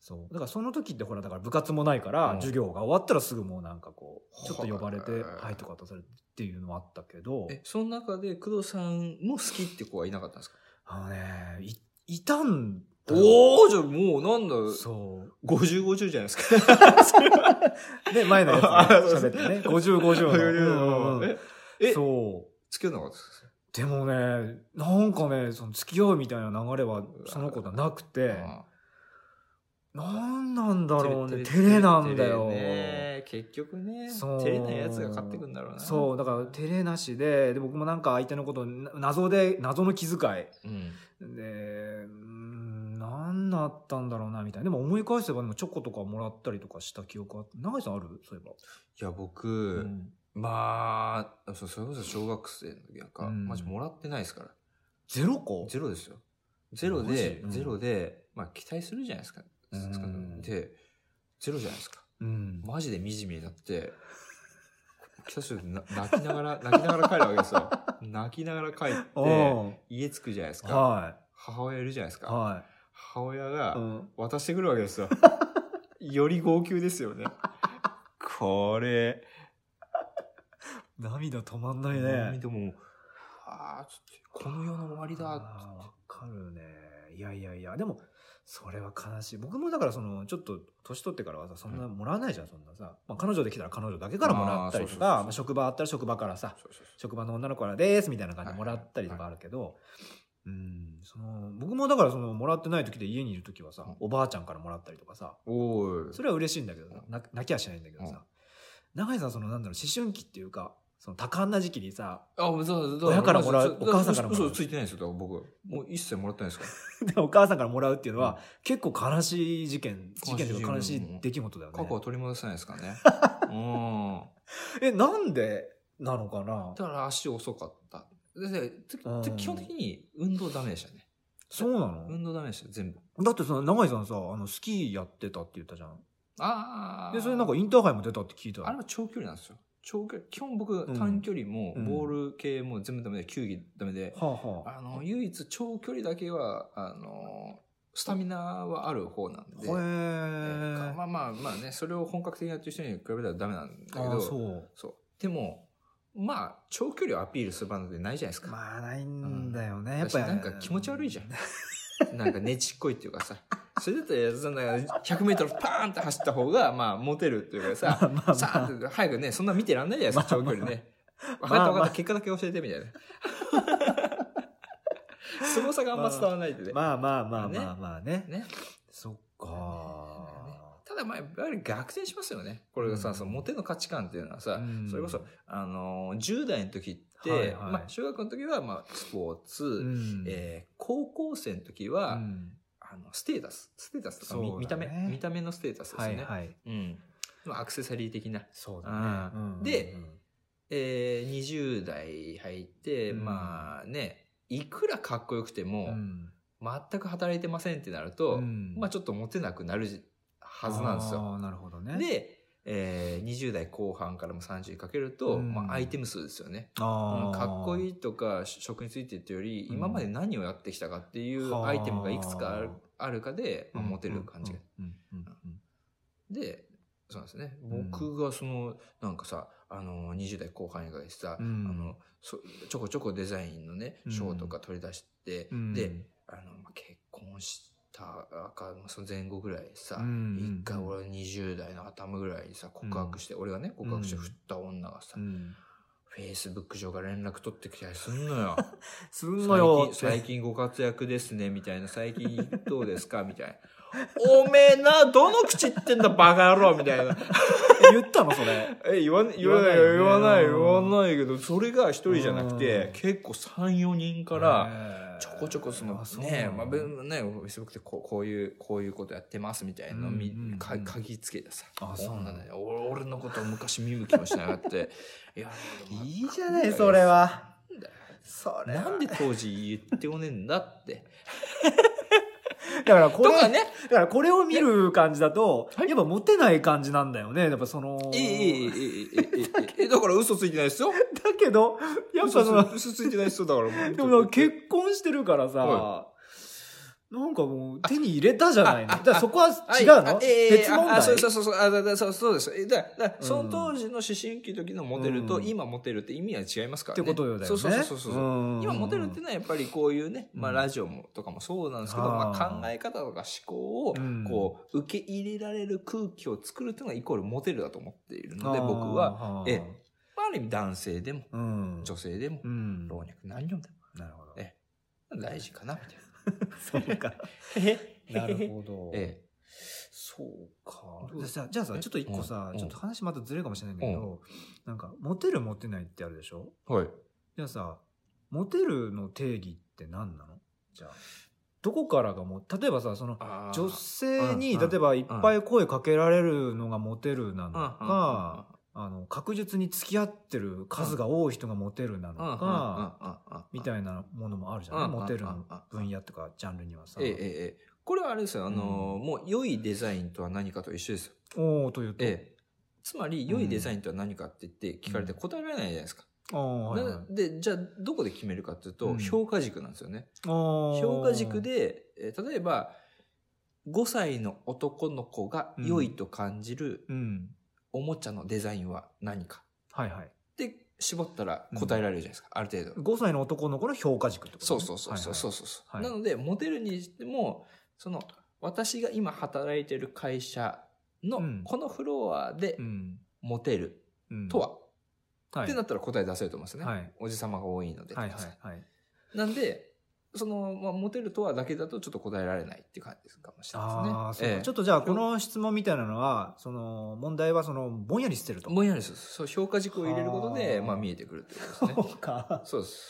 Speaker 1: そうだからその時ってほらだから部活もないから、
Speaker 2: うん
Speaker 1: 授業が終わったらすぐもうなんかこうちょっと呼ばれて
Speaker 2: は
Speaker 1: 「
Speaker 2: あ
Speaker 1: はい」とか渡されるっていうのはあったけど
Speaker 2: えその中で工藤さんも好きって子はいなかったんですか
Speaker 1: あのねいいたんだよ
Speaker 2: おおじゃあもうなんだ
Speaker 1: そう
Speaker 2: 5050じゃない ですかそれは
Speaker 1: で前のやつ
Speaker 2: あそう
Speaker 1: で喋ってね5050のうんうんうん
Speaker 2: ええ
Speaker 1: そう
Speaker 2: 付き合わなかったんですか
Speaker 1: でもね、なんかね、その付き合うみたいな流れはその子とはなくて、
Speaker 2: あ
Speaker 1: なんなんだ
Speaker 2: あ
Speaker 1: ろうね、照れなんだよ
Speaker 2: 照。れね結局ね
Speaker 1: そう
Speaker 2: 照れないやつが勝ってくんだろうな
Speaker 1: そう、だから照れなしで、で、僕もなんか相手のこと、な謎で、謎の気遣い。
Speaker 2: うん
Speaker 1: で、うん、なんだったんだろうな、みたいな。でも思い返せば、でもチョコとかもらったりとかした記憶は、長井さんあるそういえば。
Speaker 2: いや僕、
Speaker 1: うん
Speaker 2: まあそうそれこそ小学生の時なんか、
Speaker 1: うん
Speaker 2: マジもらってないですから
Speaker 1: ゼロ個
Speaker 2: ゼロですよゼロ
Speaker 1: マジ
Speaker 2: で、
Speaker 1: うん
Speaker 2: ゼロでまあ期待するじゃないですか、
Speaker 1: うん
Speaker 2: でゼロじゃないですか
Speaker 1: うん。
Speaker 2: マジで惨めになって期待するとな泣きな がら泣きながら帰るわけですよ泣きながら帰って
Speaker 1: おう
Speaker 2: 家着くじゃないですか
Speaker 1: は
Speaker 2: 母親いるじゃないです
Speaker 1: い。
Speaker 2: か、
Speaker 1: は
Speaker 2: 母親
Speaker 1: い。う
Speaker 2: が
Speaker 1: ん。
Speaker 2: 渡してくるわけで すよより号泣ですよねこれ
Speaker 1: 涙止まんないね。
Speaker 2: でもう、ああ、つって、この世の終わりだ、つ
Speaker 1: あー
Speaker 2: っ
Speaker 1: わかるね。いやいやいや、でも、それは悲しい。僕もだから、その、ちょっと、年取ってからはさ、そんなもらわないじゃん、そんなさ。まあ、彼女できたら彼女だけからもらったりと
Speaker 2: あーそうそうそ
Speaker 1: か、
Speaker 2: う
Speaker 1: まあ、職場あったら職場からさ
Speaker 2: て。、そうそう
Speaker 1: 職場の女の子からです、みたいな感じで
Speaker 2: はい
Speaker 1: もらったりとかあるけど、うん、その、僕もだから、その、もらってない時で家にいる時はさ
Speaker 2: うん、
Speaker 1: おばあちゃんからもらったりとかさ、
Speaker 2: おい。
Speaker 1: それは嬉しいんだけどさ、な泣きはしないんだけどさ、永井さん、その、なんだろう、思春期っていうか、その多感な時期にさ、
Speaker 2: あ、そうそうそう
Speaker 1: 親からもらう
Speaker 2: だ
Speaker 1: お母さんからもらう
Speaker 2: 嘘嘘ついてないんですよ、だから僕。もう一切もらってないで すか
Speaker 1: でお母さんからもらうっていうのは、結構悲しい事件、事件というか
Speaker 2: 悲
Speaker 1: 悲
Speaker 2: しい
Speaker 1: し
Speaker 2: 事件
Speaker 1: い出来事だよ
Speaker 2: ら。過去は
Speaker 1: ね。
Speaker 2: 取り戻せないですから ね。うん。
Speaker 1: え、なんでなのかな
Speaker 2: だから足遅かった。ででつ
Speaker 1: うん
Speaker 2: つ基本的に運動ダメでしたね。
Speaker 1: そうなの
Speaker 2: 運動ダメでした、全部。
Speaker 1: だってその永井さんさ、あの、スキーやってたって言ったじゃん。
Speaker 2: ああ。
Speaker 1: で、それなんかインターハイも出たって聞いたよ
Speaker 2: あれは長距離なんですよ。長距離。基本僕、
Speaker 1: ん
Speaker 2: 短距離も、
Speaker 1: うん
Speaker 2: ボール系も全部ダメで、球技ダメで、
Speaker 1: はあはあ。
Speaker 2: あの、唯一長距離だけは、あの、スタミナはある方なんで。
Speaker 1: へ
Speaker 2: えー
Speaker 1: え
Speaker 2: まあまあまあね、それを本格的にやってる人に比べたらダメなんだけ
Speaker 1: あ
Speaker 2: ど、
Speaker 1: あそう
Speaker 2: そう。でも、まあ、長距離をアピールする場なんてないじゃないですか。
Speaker 1: まあないんだよねやっぱ
Speaker 2: 私なんか気持ち悪いじゃん。 なんかねちっこいっていうかさ。それだったら、そんな100メートルパーンって走った方が、まあ、モテるっていうか さ、
Speaker 1: まあまあ
Speaker 2: さあって早くね、そんな見てらんないじゃないですか、長距離ね。分かった分
Speaker 1: ま
Speaker 2: か
Speaker 1: あ
Speaker 2: っ
Speaker 1: ま
Speaker 2: た、
Speaker 1: あ
Speaker 2: 結果だけ教えてみたいな。 凄さがあんま伝わらないでね。
Speaker 1: まあまあまあまあまあね
Speaker 2: ね。
Speaker 1: そっ
Speaker 2: ね
Speaker 1: か
Speaker 2: ただまあ、やっぱり逆転しますよね。これがさ、
Speaker 1: うん
Speaker 2: そのモテの価値観っていうのはさ、
Speaker 1: うん
Speaker 2: それこそ、あのー、10代の時って、
Speaker 1: はいはい
Speaker 2: まあ、中学の時は、まあ、スポーツ、
Speaker 1: うん
Speaker 2: えー高校生の時は、
Speaker 1: うん
Speaker 2: あの、ステータス、ステータスとか見,、
Speaker 1: そうだね
Speaker 2: 見た目、見た目のステータスです
Speaker 1: は
Speaker 2: よ
Speaker 1: い
Speaker 2: ね。
Speaker 1: はい
Speaker 2: うん。まあアクセサリー的な。
Speaker 1: そうだね
Speaker 2: う
Speaker 1: うんんうんうん
Speaker 2: でえー、20代入って、
Speaker 1: うん
Speaker 2: まあね、いくらかっこよくても、
Speaker 1: うん
Speaker 2: 全く働いてませんってなると、
Speaker 1: うん
Speaker 2: まあちょっとモテなくなるはずなんですよ。
Speaker 1: ああなるほどね
Speaker 2: で、えー、20代後半からも30にかけると、
Speaker 1: うん
Speaker 2: まあ、アイテム数ですよね。
Speaker 1: ああ
Speaker 2: かっこ
Speaker 1: い
Speaker 2: いいとかし職についてっていうより、
Speaker 1: うん
Speaker 2: 今まで何をやってきたかっていう
Speaker 1: はあ
Speaker 2: アイテムがいくつかあるあるかで、まあ、モテる感じが。
Speaker 1: うんうんうん
Speaker 2: で、そうなんですね。
Speaker 1: ん
Speaker 2: 僕がその、なんかさ、あの、20代後半以外でさ、
Speaker 1: うん
Speaker 2: あのそちょこちょこデザインのね、
Speaker 1: うん
Speaker 2: 賞とか取り出して、
Speaker 1: うん
Speaker 2: で、あの、まあ、結婚したか、その前後ぐらいさ、
Speaker 1: うん
Speaker 2: 一回俺20代の頭ぐらいにさ、告白して、俺がね、告白して振った女がさ、
Speaker 1: うん
Speaker 2: フェイスブック上から連絡取ってきたりすんのよ。
Speaker 1: すんのよ
Speaker 2: 最近、最近ご活躍ですね、みたいな。最近どうですかみたいな。おめえな、どの口言ってんだ、バカ野郎みたいな。
Speaker 1: 言ったのそれ
Speaker 2: え、言わ言わない、
Speaker 1: 言
Speaker 2: 言わ
Speaker 1: わ
Speaker 2: な
Speaker 1: ない
Speaker 2: い、
Speaker 1: よね
Speaker 2: 言わないけど、それが一人じゃなく
Speaker 1: う
Speaker 2: て
Speaker 1: ん、
Speaker 2: 結構3、4人から、
Speaker 1: ら
Speaker 2: ちょこちょこそのね、まあ、ぶね、Facebook ってこうこういう、こういうことやってますみたいなのをみ、
Speaker 1: うんうんうん
Speaker 2: か嗅ぎつけてさ。
Speaker 1: あそうなんだ
Speaker 2: だよ。俺俺のことを昔見向きもしながって。いや、
Speaker 1: いいじゃないそれ。はそれ
Speaker 2: な
Speaker 1: は
Speaker 2: んで当時言ってこねえんだって。
Speaker 1: だからことれ
Speaker 2: かね。
Speaker 1: だからこれを見る感じだとやっぱモテない感じなんだよねやっぱその
Speaker 2: いい、いい、いい、いい、い いいい。だから嘘ついてないですよ。
Speaker 1: だけどやっぱその
Speaker 2: 嘘ついてないですよ。だから。
Speaker 1: でもなんか結婚してるからさ
Speaker 2: は
Speaker 1: なんかもう手に入れたじゃないのだからそこは
Speaker 2: は
Speaker 1: 違
Speaker 2: い
Speaker 1: うの
Speaker 2: あえー
Speaker 1: 別問
Speaker 2: ああそう
Speaker 1: 題
Speaker 2: そうそうそうあだだそうそうですえだだ
Speaker 1: うん
Speaker 2: その当時の思春期の時のモテると、
Speaker 1: うん
Speaker 2: 今モテるって意味は違いますから
Speaker 1: っ
Speaker 2: ね
Speaker 1: てことよだよね
Speaker 2: そうそうそうそうそう
Speaker 1: うん
Speaker 2: 今モテるってのはやっぱりこういうね、まあ、
Speaker 1: うん
Speaker 2: ラジオもとかもそうなんですけど、
Speaker 1: あ
Speaker 2: ま
Speaker 1: ー
Speaker 2: あ、考え方とか思考を
Speaker 1: うん
Speaker 2: こう受け入れられる空気を作るっていうのがイコールモテるだと思っているので
Speaker 1: あー
Speaker 2: 僕は、
Speaker 1: あー
Speaker 2: ええまあ、ある意味男性でも
Speaker 1: うん
Speaker 2: 女性でも
Speaker 1: うん
Speaker 2: 老若男女で
Speaker 1: なるほど
Speaker 2: えも大事かなみたい
Speaker 1: そうか
Speaker 2: な。
Speaker 1: なるほど。
Speaker 2: ええ
Speaker 1: そうか
Speaker 2: どう。
Speaker 1: でさじゃあさ、
Speaker 2: え
Speaker 1: ちょっと一個
Speaker 2: う
Speaker 1: さ
Speaker 2: んう、ん
Speaker 1: ちょっと話またずれるかもしれないんだけど、なんか、モテるモテないってあるでしょ
Speaker 2: はい
Speaker 1: じゃあさ、モテるの定義って何なのじゃあ。どこからがも、例えばさ、その、
Speaker 2: あー
Speaker 1: 女性
Speaker 2: う
Speaker 1: に、
Speaker 2: んうん
Speaker 1: 例えばいっぱい声かけられるのがモテるなのか、あの、確実に付き合ってる数が多い人がモテるなのか、み
Speaker 2: い
Speaker 1: たいなものもあるじゃない
Speaker 2: うんうんうん
Speaker 1: モテるの分野とかジャンルにはさ。
Speaker 2: ええええええこれはあれですよ、あのーもう良いデザインとは何かと一緒ですよ。
Speaker 1: おーというと。
Speaker 2: ええつまり、良いデザインとは何かって言って聞かれて
Speaker 1: うん
Speaker 2: 答えられないじゃないですか。
Speaker 1: ああ、はいはい
Speaker 2: なで、じゃあ、どこで決めるかっていうと、
Speaker 1: うん
Speaker 2: 評価軸なんですよね。
Speaker 1: 評
Speaker 2: 評価軸、で、えー例えば、5歳の男の子が良いと感じる
Speaker 1: うん。
Speaker 2: おもちゃのデザインは何か。
Speaker 1: はいはい。
Speaker 2: で、絞ったら答えられるじゃないですか、ある程度。
Speaker 1: 5歳の男の子の評価軸ってこと、ね、
Speaker 2: そうそうそうそうそう
Speaker 1: う。
Speaker 2: そうそう、
Speaker 1: はい
Speaker 2: なのでモデルにしてもその私が今働いてる会社の
Speaker 1: うん
Speaker 2: このフロアで
Speaker 1: うん。
Speaker 2: モテる
Speaker 1: うん
Speaker 2: と、は、
Speaker 1: はい、
Speaker 2: ってなったら答え出せると思うんですよね、
Speaker 1: はい
Speaker 2: おじさまが多いのでと
Speaker 1: はい
Speaker 2: か
Speaker 1: は
Speaker 2: さ、
Speaker 1: いはい。
Speaker 2: なんでその、まあ、モテるとはだけだとちょっと答えられないっていう感じかもしれ
Speaker 1: ああ、
Speaker 2: ないです
Speaker 1: そう
Speaker 2: ね
Speaker 1: か、
Speaker 2: ええ
Speaker 1: ちょっとじゃあ、この質問みたいなのは、その、問題は、その、ぼんやりしてると。
Speaker 2: ぼんやりするそう評価軸を入れることで
Speaker 1: はあ
Speaker 2: まあ、見えてくるってことです ね
Speaker 1: そうか。
Speaker 2: そうです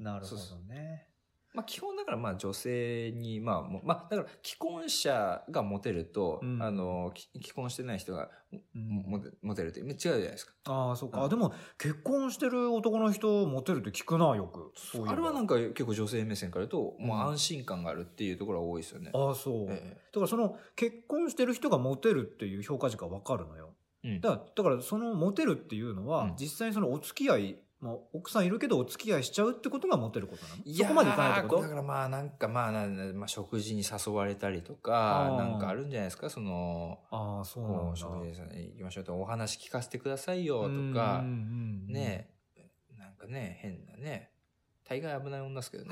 Speaker 1: なるほどね。
Speaker 2: まあ、基本だからまあ女性にまあもまあだから既婚者がモテると、
Speaker 1: うん
Speaker 2: あのき既婚してない人が
Speaker 1: うん
Speaker 2: モテモテるって違うじゃないですか
Speaker 1: ああ、そうか。
Speaker 2: うん
Speaker 1: あでも、結婚してる男の人、モテるって聞くな、よく。そういえば
Speaker 2: あれはなんか結構女性目線から言うと、
Speaker 1: うん
Speaker 2: もう安心感があるっていうところが多いですよね、
Speaker 1: ああ、そう。だ
Speaker 2: え
Speaker 1: から、その、結婚してる人がモテるっていう評価軸はわかるのよ。
Speaker 2: えうん
Speaker 1: だだからそのモテるっていうのは、
Speaker 2: うん
Speaker 1: 実際にそのお付き合いまあ、奥さんいるけどお付き合いしちゃうってことがモテることなの
Speaker 2: い
Speaker 1: そ
Speaker 2: やー
Speaker 1: こまでいかないってこ
Speaker 2: だ
Speaker 1: と
Speaker 2: からまあなんかまあなんまあ食事に誘われたりとか
Speaker 1: あー
Speaker 2: なんかあるんじゃないですかその
Speaker 1: ああそうなん
Speaker 2: も
Speaker 1: だ
Speaker 2: う食事ですね行きましょうとお話聞かせてくださいよとか
Speaker 1: うんうんうん
Speaker 2: ねえなんかね変なね大概危ない女ですけどね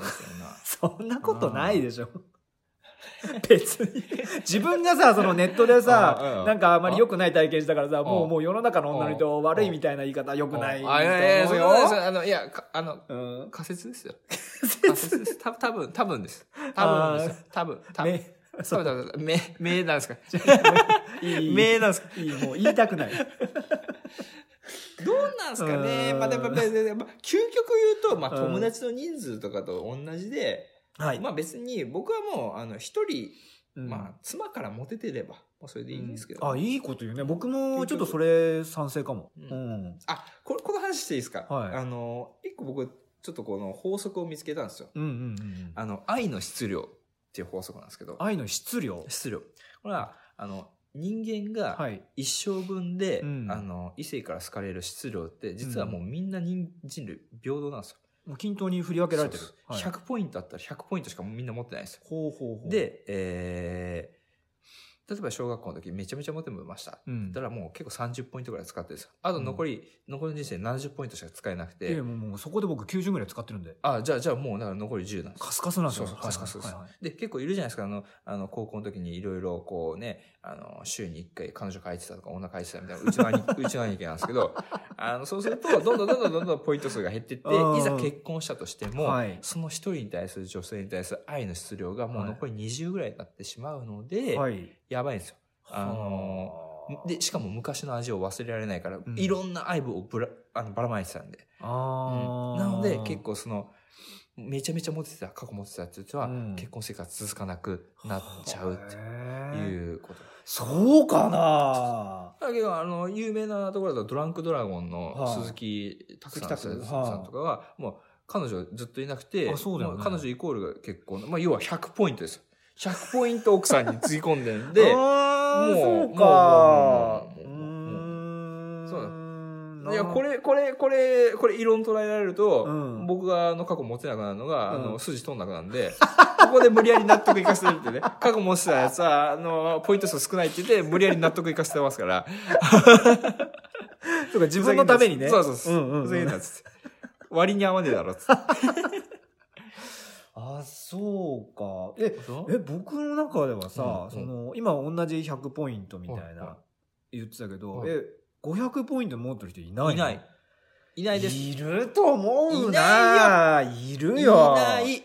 Speaker 2: そんな
Speaker 1: そんなことないでしょ 別に自分が さそのネットで
Speaker 2: うんう
Speaker 1: さ
Speaker 2: ん
Speaker 1: なんかあまり良くない体験したからさ
Speaker 2: ん
Speaker 1: もうもう世の中の女の人悪いみたいな言い方良くないと思
Speaker 2: あいやいやそうう
Speaker 1: よ
Speaker 2: そうあのいやかあの
Speaker 1: うん
Speaker 2: 仮説ですよ仮説ですた多分多分です多分ですよ多分 多分
Speaker 1: ね
Speaker 2: 多分多分名名なんですか
Speaker 1: いい
Speaker 2: 名なんですか
Speaker 1: いいもう言いたくない
Speaker 2: どうなんですかね
Speaker 1: うん
Speaker 2: まあ、やっぱ、やっぱやっぱ究極言うと、まあ、
Speaker 1: うん
Speaker 2: 友達の人数とかと同じで、
Speaker 1: はい
Speaker 2: まあ別に僕はもう、あの、一人、
Speaker 1: うん
Speaker 2: まあ、妻からモテてれば、もうそれでいいんですけど。
Speaker 1: あいいこと言うね僕もちょっとそれ賛成かも
Speaker 2: うん
Speaker 1: うん
Speaker 2: あ、これ、この話していいですか
Speaker 1: はい
Speaker 2: あの、一個僕、ちょっとこの法則を見つけたんですよ。
Speaker 1: うんうんうんうん
Speaker 2: あの、愛の質量っていう法則なんですけど、
Speaker 1: 愛の質量
Speaker 2: 質量。これは、あの、人間
Speaker 1: は
Speaker 2: が
Speaker 1: い
Speaker 2: 一生分で、
Speaker 1: うん
Speaker 2: あの、異性から好かれる質量って、実はもうみんな人人類平等なんですよ。
Speaker 1: もう均等に振り分けられてる
Speaker 2: そうそう
Speaker 1: はい
Speaker 2: 100ポイントあったら100ポイントしかみんな持ってないんですよ。
Speaker 1: ほうほうほう
Speaker 2: で、えー例えば小学校の時めちゃめちゃモテました。
Speaker 1: うん
Speaker 2: だからもう結構30ポイントぐらい使ってるんですよ。あと残り、残りの人生70ポイントしか使えなく
Speaker 1: え
Speaker 2: て
Speaker 1: え、もうもうそこで僕90ぐらい使ってるんで
Speaker 2: あ、じゃあ、じゃあもうだから残り10なんですよ
Speaker 1: カスカスなんですよ
Speaker 2: そうそうカスカスです
Speaker 1: はいはいはい
Speaker 2: で、結構いるじゃないですか、あの、あの、高校の時にいろいろこうね、あの、週に1回彼女書いてたとか、女書いてたみたいな、うちの兄貴、うちの兄貴なんですけど、あの、そうすると、どんどんどんどんどんどんポイント数が減ってって、
Speaker 1: うん
Speaker 2: いざ結婚したとしても、
Speaker 1: はい
Speaker 2: その一人に対する女性に対する愛の質量がもう
Speaker 1: はい
Speaker 2: 残り20ぐらいになってしまうので、
Speaker 1: はい。
Speaker 2: やばいんですよ。あの
Speaker 1: はあ
Speaker 2: で、しかも昔の味を忘れられないから、
Speaker 1: ん
Speaker 2: いろんな愛をぶら、あの、ばらまいてたんで。
Speaker 1: あ
Speaker 2: うん
Speaker 1: ー
Speaker 2: なので結構そのめちゃめちゃモテてた過去モテてたっていう人は、
Speaker 1: うん
Speaker 2: 結婚生活続かなくなっちゃうっ
Speaker 1: へ
Speaker 2: て
Speaker 1: え
Speaker 2: いうこと
Speaker 1: そうかな
Speaker 2: だけどあの有名なところだとドランクドラゴン
Speaker 1: は
Speaker 2: の
Speaker 1: い
Speaker 2: 鈴木拓さん
Speaker 1: 鈴木拓
Speaker 2: さんとかはもう彼女ずっといなくて
Speaker 1: あそうだよね
Speaker 2: も彼女イコールが結婚、まあ、要は100ポイントですよ100ポイント奥さんにつぎ込んでん で
Speaker 1: あー
Speaker 2: もう
Speaker 1: そうか
Speaker 2: もうもうもうも
Speaker 1: う
Speaker 2: う
Speaker 1: ーん
Speaker 2: そうだ
Speaker 1: ない
Speaker 2: やこれこれこれこれ異論捉えられると、
Speaker 1: うん
Speaker 2: 僕があの過去持てなくなるのが、あ
Speaker 1: う
Speaker 2: の
Speaker 1: ん
Speaker 2: 筋取んなくなるんで ここで無理やり納得いかせてるっ てね過去持ってたやつはあのポイント数少ないって言って無理やり納得いかせてますから
Speaker 1: そうか自分のためにね
Speaker 2: そうそうそう
Speaker 1: うんうんうん
Speaker 2: ふざけんなっつって割に合わねえだろっつって
Speaker 1: あそうかええ僕の中ではさ、
Speaker 2: うんうん
Speaker 1: その今同じ100ポイントみたい
Speaker 2: はいは
Speaker 1: な言ってたけど、
Speaker 2: はい
Speaker 1: え500ポイント持ってる人いないの
Speaker 2: いないいないです
Speaker 1: いると思う
Speaker 2: い
Speaker 1: ないるよ
Speaker 2: いない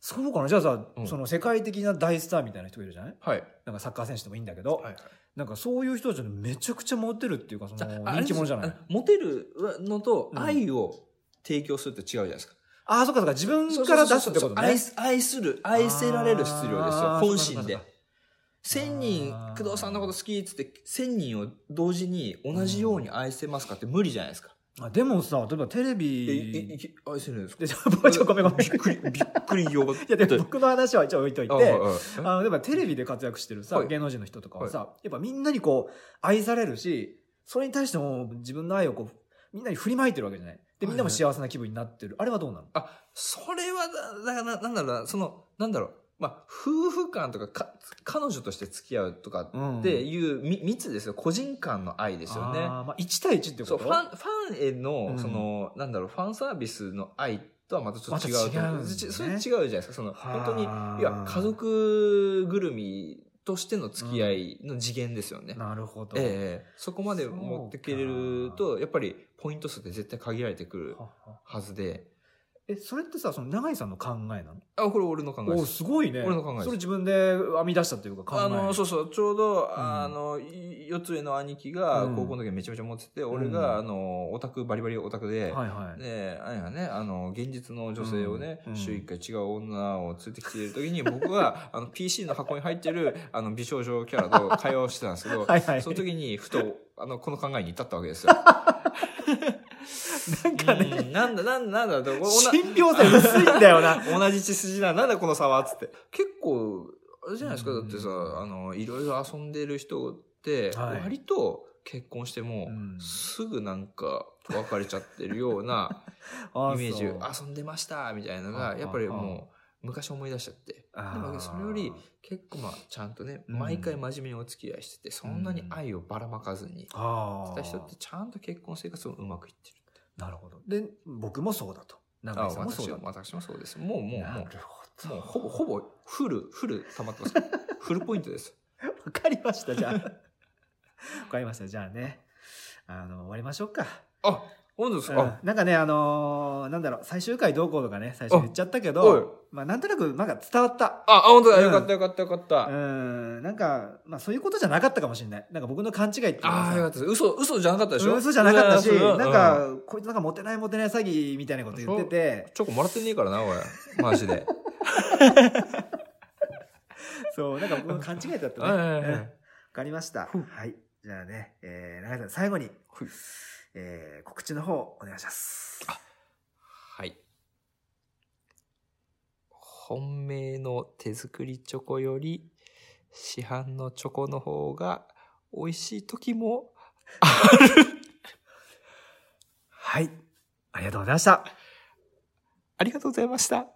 Speaker 1: そうかなじゃあさ、
Speaker 2: うん
Speaker 1: その世界的な大スターみたいな人がいるじゃない
Speaker 2: はい、
Speaker 1: なんかサッカー選手でもいいんだけど、
Speaker 2: はい、
Speaker 1: なんかそういう人たちのめちゃくちゃモテるっていうかそ
Speaker 2: じ
Speaker 1: の
Speaker 2: ゃああれ
Speaker 1: 人気者じゃない
Speaker 2: あモテるのと
Speaker 1: うん
Speaker 2: 愛を提供するって違うじゃないですか
Speaker 1: ああそっかそっか自分から出すってことね
Speaker 2: そうそうそうそう愛愛する、愛せられる質量ですよ
Speaker 1: あ。ー
Speaker 2: 本心
Speaker 1: そう
Speaker 2: で
Speaker 1: かそうかそうか。
Speaker 2: 千人
Speaker 1: あ、ー
Speaker 2: 工藤さんのこと好きっつって、千人を同時に同じように愛せますかって無理じゃないですか。
Speaker 1: あでもさ例えばテレ
Speaker 2: え、え、
Speaker 1: ビ
Speaker 2: いけ愛せるんですか
Speaker 1: でち ょちょごめんごめん
Speaker 2: びっくり、びっくりよ。
Speaker 1: いやでも僕の話は一応置いといて
Speaker 2: あはいはいえ
Speaker 1: あの、やっぱテレビで活躍してるさ、
Speaker 2: はい
Speaker 1: 芸能人の人とかはさ、やっぱみんなにこう、愛されるし、それに対しても自分の愛をこう、みんなに振りまいてるわけじゃない。で、みんなも幸せな気分になってる。あれはどうなの
Speaker 2: あ、それはだ、だからな、なんだろうな、その、なんだろう。まあ、夫婦間とかか、彼女として付き合うとかっていう、み密ですよ。個人間の愛ですよね。
Speaker 1: あーまあ、1対1ってこと
Speaker 2: そう、ファン、ファンへ
Speaker 1: う
Speaker 2: の、
Speaker 1: ん
Speaker 2: その、なんだろう、ファンサービスの愛とはまたちょっと違うと
Speaker 1: また違う
Speaker 2: 思う。
Speaker 1: んだね
Speaker 2: ちそれ違うじゃないですか。その、
Speaker 1: はあ
Speaker 2: 本当に、いや、家族ぐるみとしての付き合いの次元ですよね。
Speaker 1: なるほど。
Speaker 2: ええそこまで持ってけれると、やっぱりポイント数って絶対限られてくる
Speaker 1: はは
Speaker 2: はずで。
Speaker 1: え、それってさ、その永井さんの考えなの
Speaker 2: あ、これ俺の考え
Speaker 1: お
Speaker 2: で
Speaker 1: ー
Speaker 2: す。
Speaker 1: すごいね。
Speaker 2: 俺の考えです
Speaker 1: それ自分で編み出したっていうか考え。
Speaker 2: あの、そうそう、ちょうど、
Speaker 1: ん
Speaker 2: あの、い四つ上の兄貴が
Speaker 1: うん
Speaker 2: 高校の時めちゃめちゃ持ってて、
Speaker 1: ん
Speaker 2: 俺が、あの、オタク、バリバリオタクで、
Speaker 1: はいはい。
Speaker 2: で、あれはね、あの、現実の女性をね、
Speaker 1: うんうん
Speaker 2: 週一回違う女を連れてきている時に、僕は、あの、PC の箱に入ってる、あの、美少女キャラと会話をしてたんですけ ど、
Speaker 1: はいはい
Speaker 2: その時に、ふと、あの、この考えに至ったわけですよ。
Speaker 1: なんかね、
Speaker 2: うんなんだ、なんだ、なんだ、と
Speaker 1: 信憑性薄いんだよな。
Speaker 2: 同同じ血筋だ、なんだこの差は、つって。結構、あれじゃないですか、
Speaker 1: う
Speaker 2: だ
Speaker 1: ん
Speaker 2: ってさ、あの、いろいろ遊んでる人って、
Speaker 1: はい
Speaker 2: 割と結婚しても、
Speaker 1: うん
Speaker 2: すぐなんか、と別れちゃってるよう な
Speaker 1: あ
Speaker 2: イメージ
Speaker 1: そう
Speaker 2: 遊んでましたみたいなの
Speaker 1: あ
Speaker 2: がやっぱり
Speaker 1: あ
Speaker 2: もう昔思い出しちゃって
Speaker 1: あー
Speaker 2: でもそれより結構まあちゃんとね
Speaker 1: うん
Speaker 2: 毎回真面目にお付き合いしててそんなに愛をばらまかずに
Speaker 1: あ
Speaker 2: し
Speaker 1: ー
Speaker 2: た人ってちゃんと結婚生活もうまくいってる。
Speaker 1: なるほど。で、僕もそうだと。
Speaker 2: あ
Speaker 1: 長井さんもそう
Speaker 2: 私
Speaker 1: だ
Speaker 2: も
Speaker 1: と。
Speaker 2: 私もそうです。もうもうも
Speaker 1: な
Speaker 2: う
Speaker 1: るほど。
Speaker 2: もうほぼほぼフルフル溜まって ます。フルポイントです。
Speaker 1: わかりました、じゃあ。わ かりました、じゃあね。あの、終わりましょうか。
Speaker 2: あ本当です
Speaker 1: う
Speaker 2: か。
Speaker 1: んなんかね、あのーなんだろう、最終回どうこうとかね、最初言っちゃったけ
Speaker 2: あおい
Speaker 1: ど、まあ、なんとなく、なんか伝わった。
Speaker 2: あ、あ、本当だ。
Speaker 1: うん
Speaker 2: よかったよかったよかった。
Speaker 1: うん、なんか、まあ、そういうことじゃなかったかもしれない。なんか僕の勘違いっていうか
Speaker 2: ああ、よか
Speaker 1: さ
Speaker 2: ったです。嘘、嘘じゃなかったでし
Speaker 1: う
Speaker 2: ょ
Speaker 1: ん嘘じゃなかったし、
Speaker 2: うわ
Speaker 1: な
Speaker 2: ー
Speaker 1: ん
Speaker 2: うん
Speaker 1: か、こいつなんかモテないモテない詐欺みたいなこと言ってて、
Speaker 2: チョコもらってねえからな、おい。マジ で。
Speaker 1: そう、なんか僕の勘違いだったね。
Speaker 2: はいはいはい
Speaker 1: うんわかりました。
Speaker 2: ふう
Speaker 1: はい。じゃあね、えー、長井さん、最後に
Speaker 2: ふう、
Speaker 1: えー、告知の方、お願いします。
Speaker 2: はい。本命の手作りチョコより、市販のチョコの方が美味しい時も
Speaker 1: はい。ありがとうございました。
Speaker 2: ありがとうございました。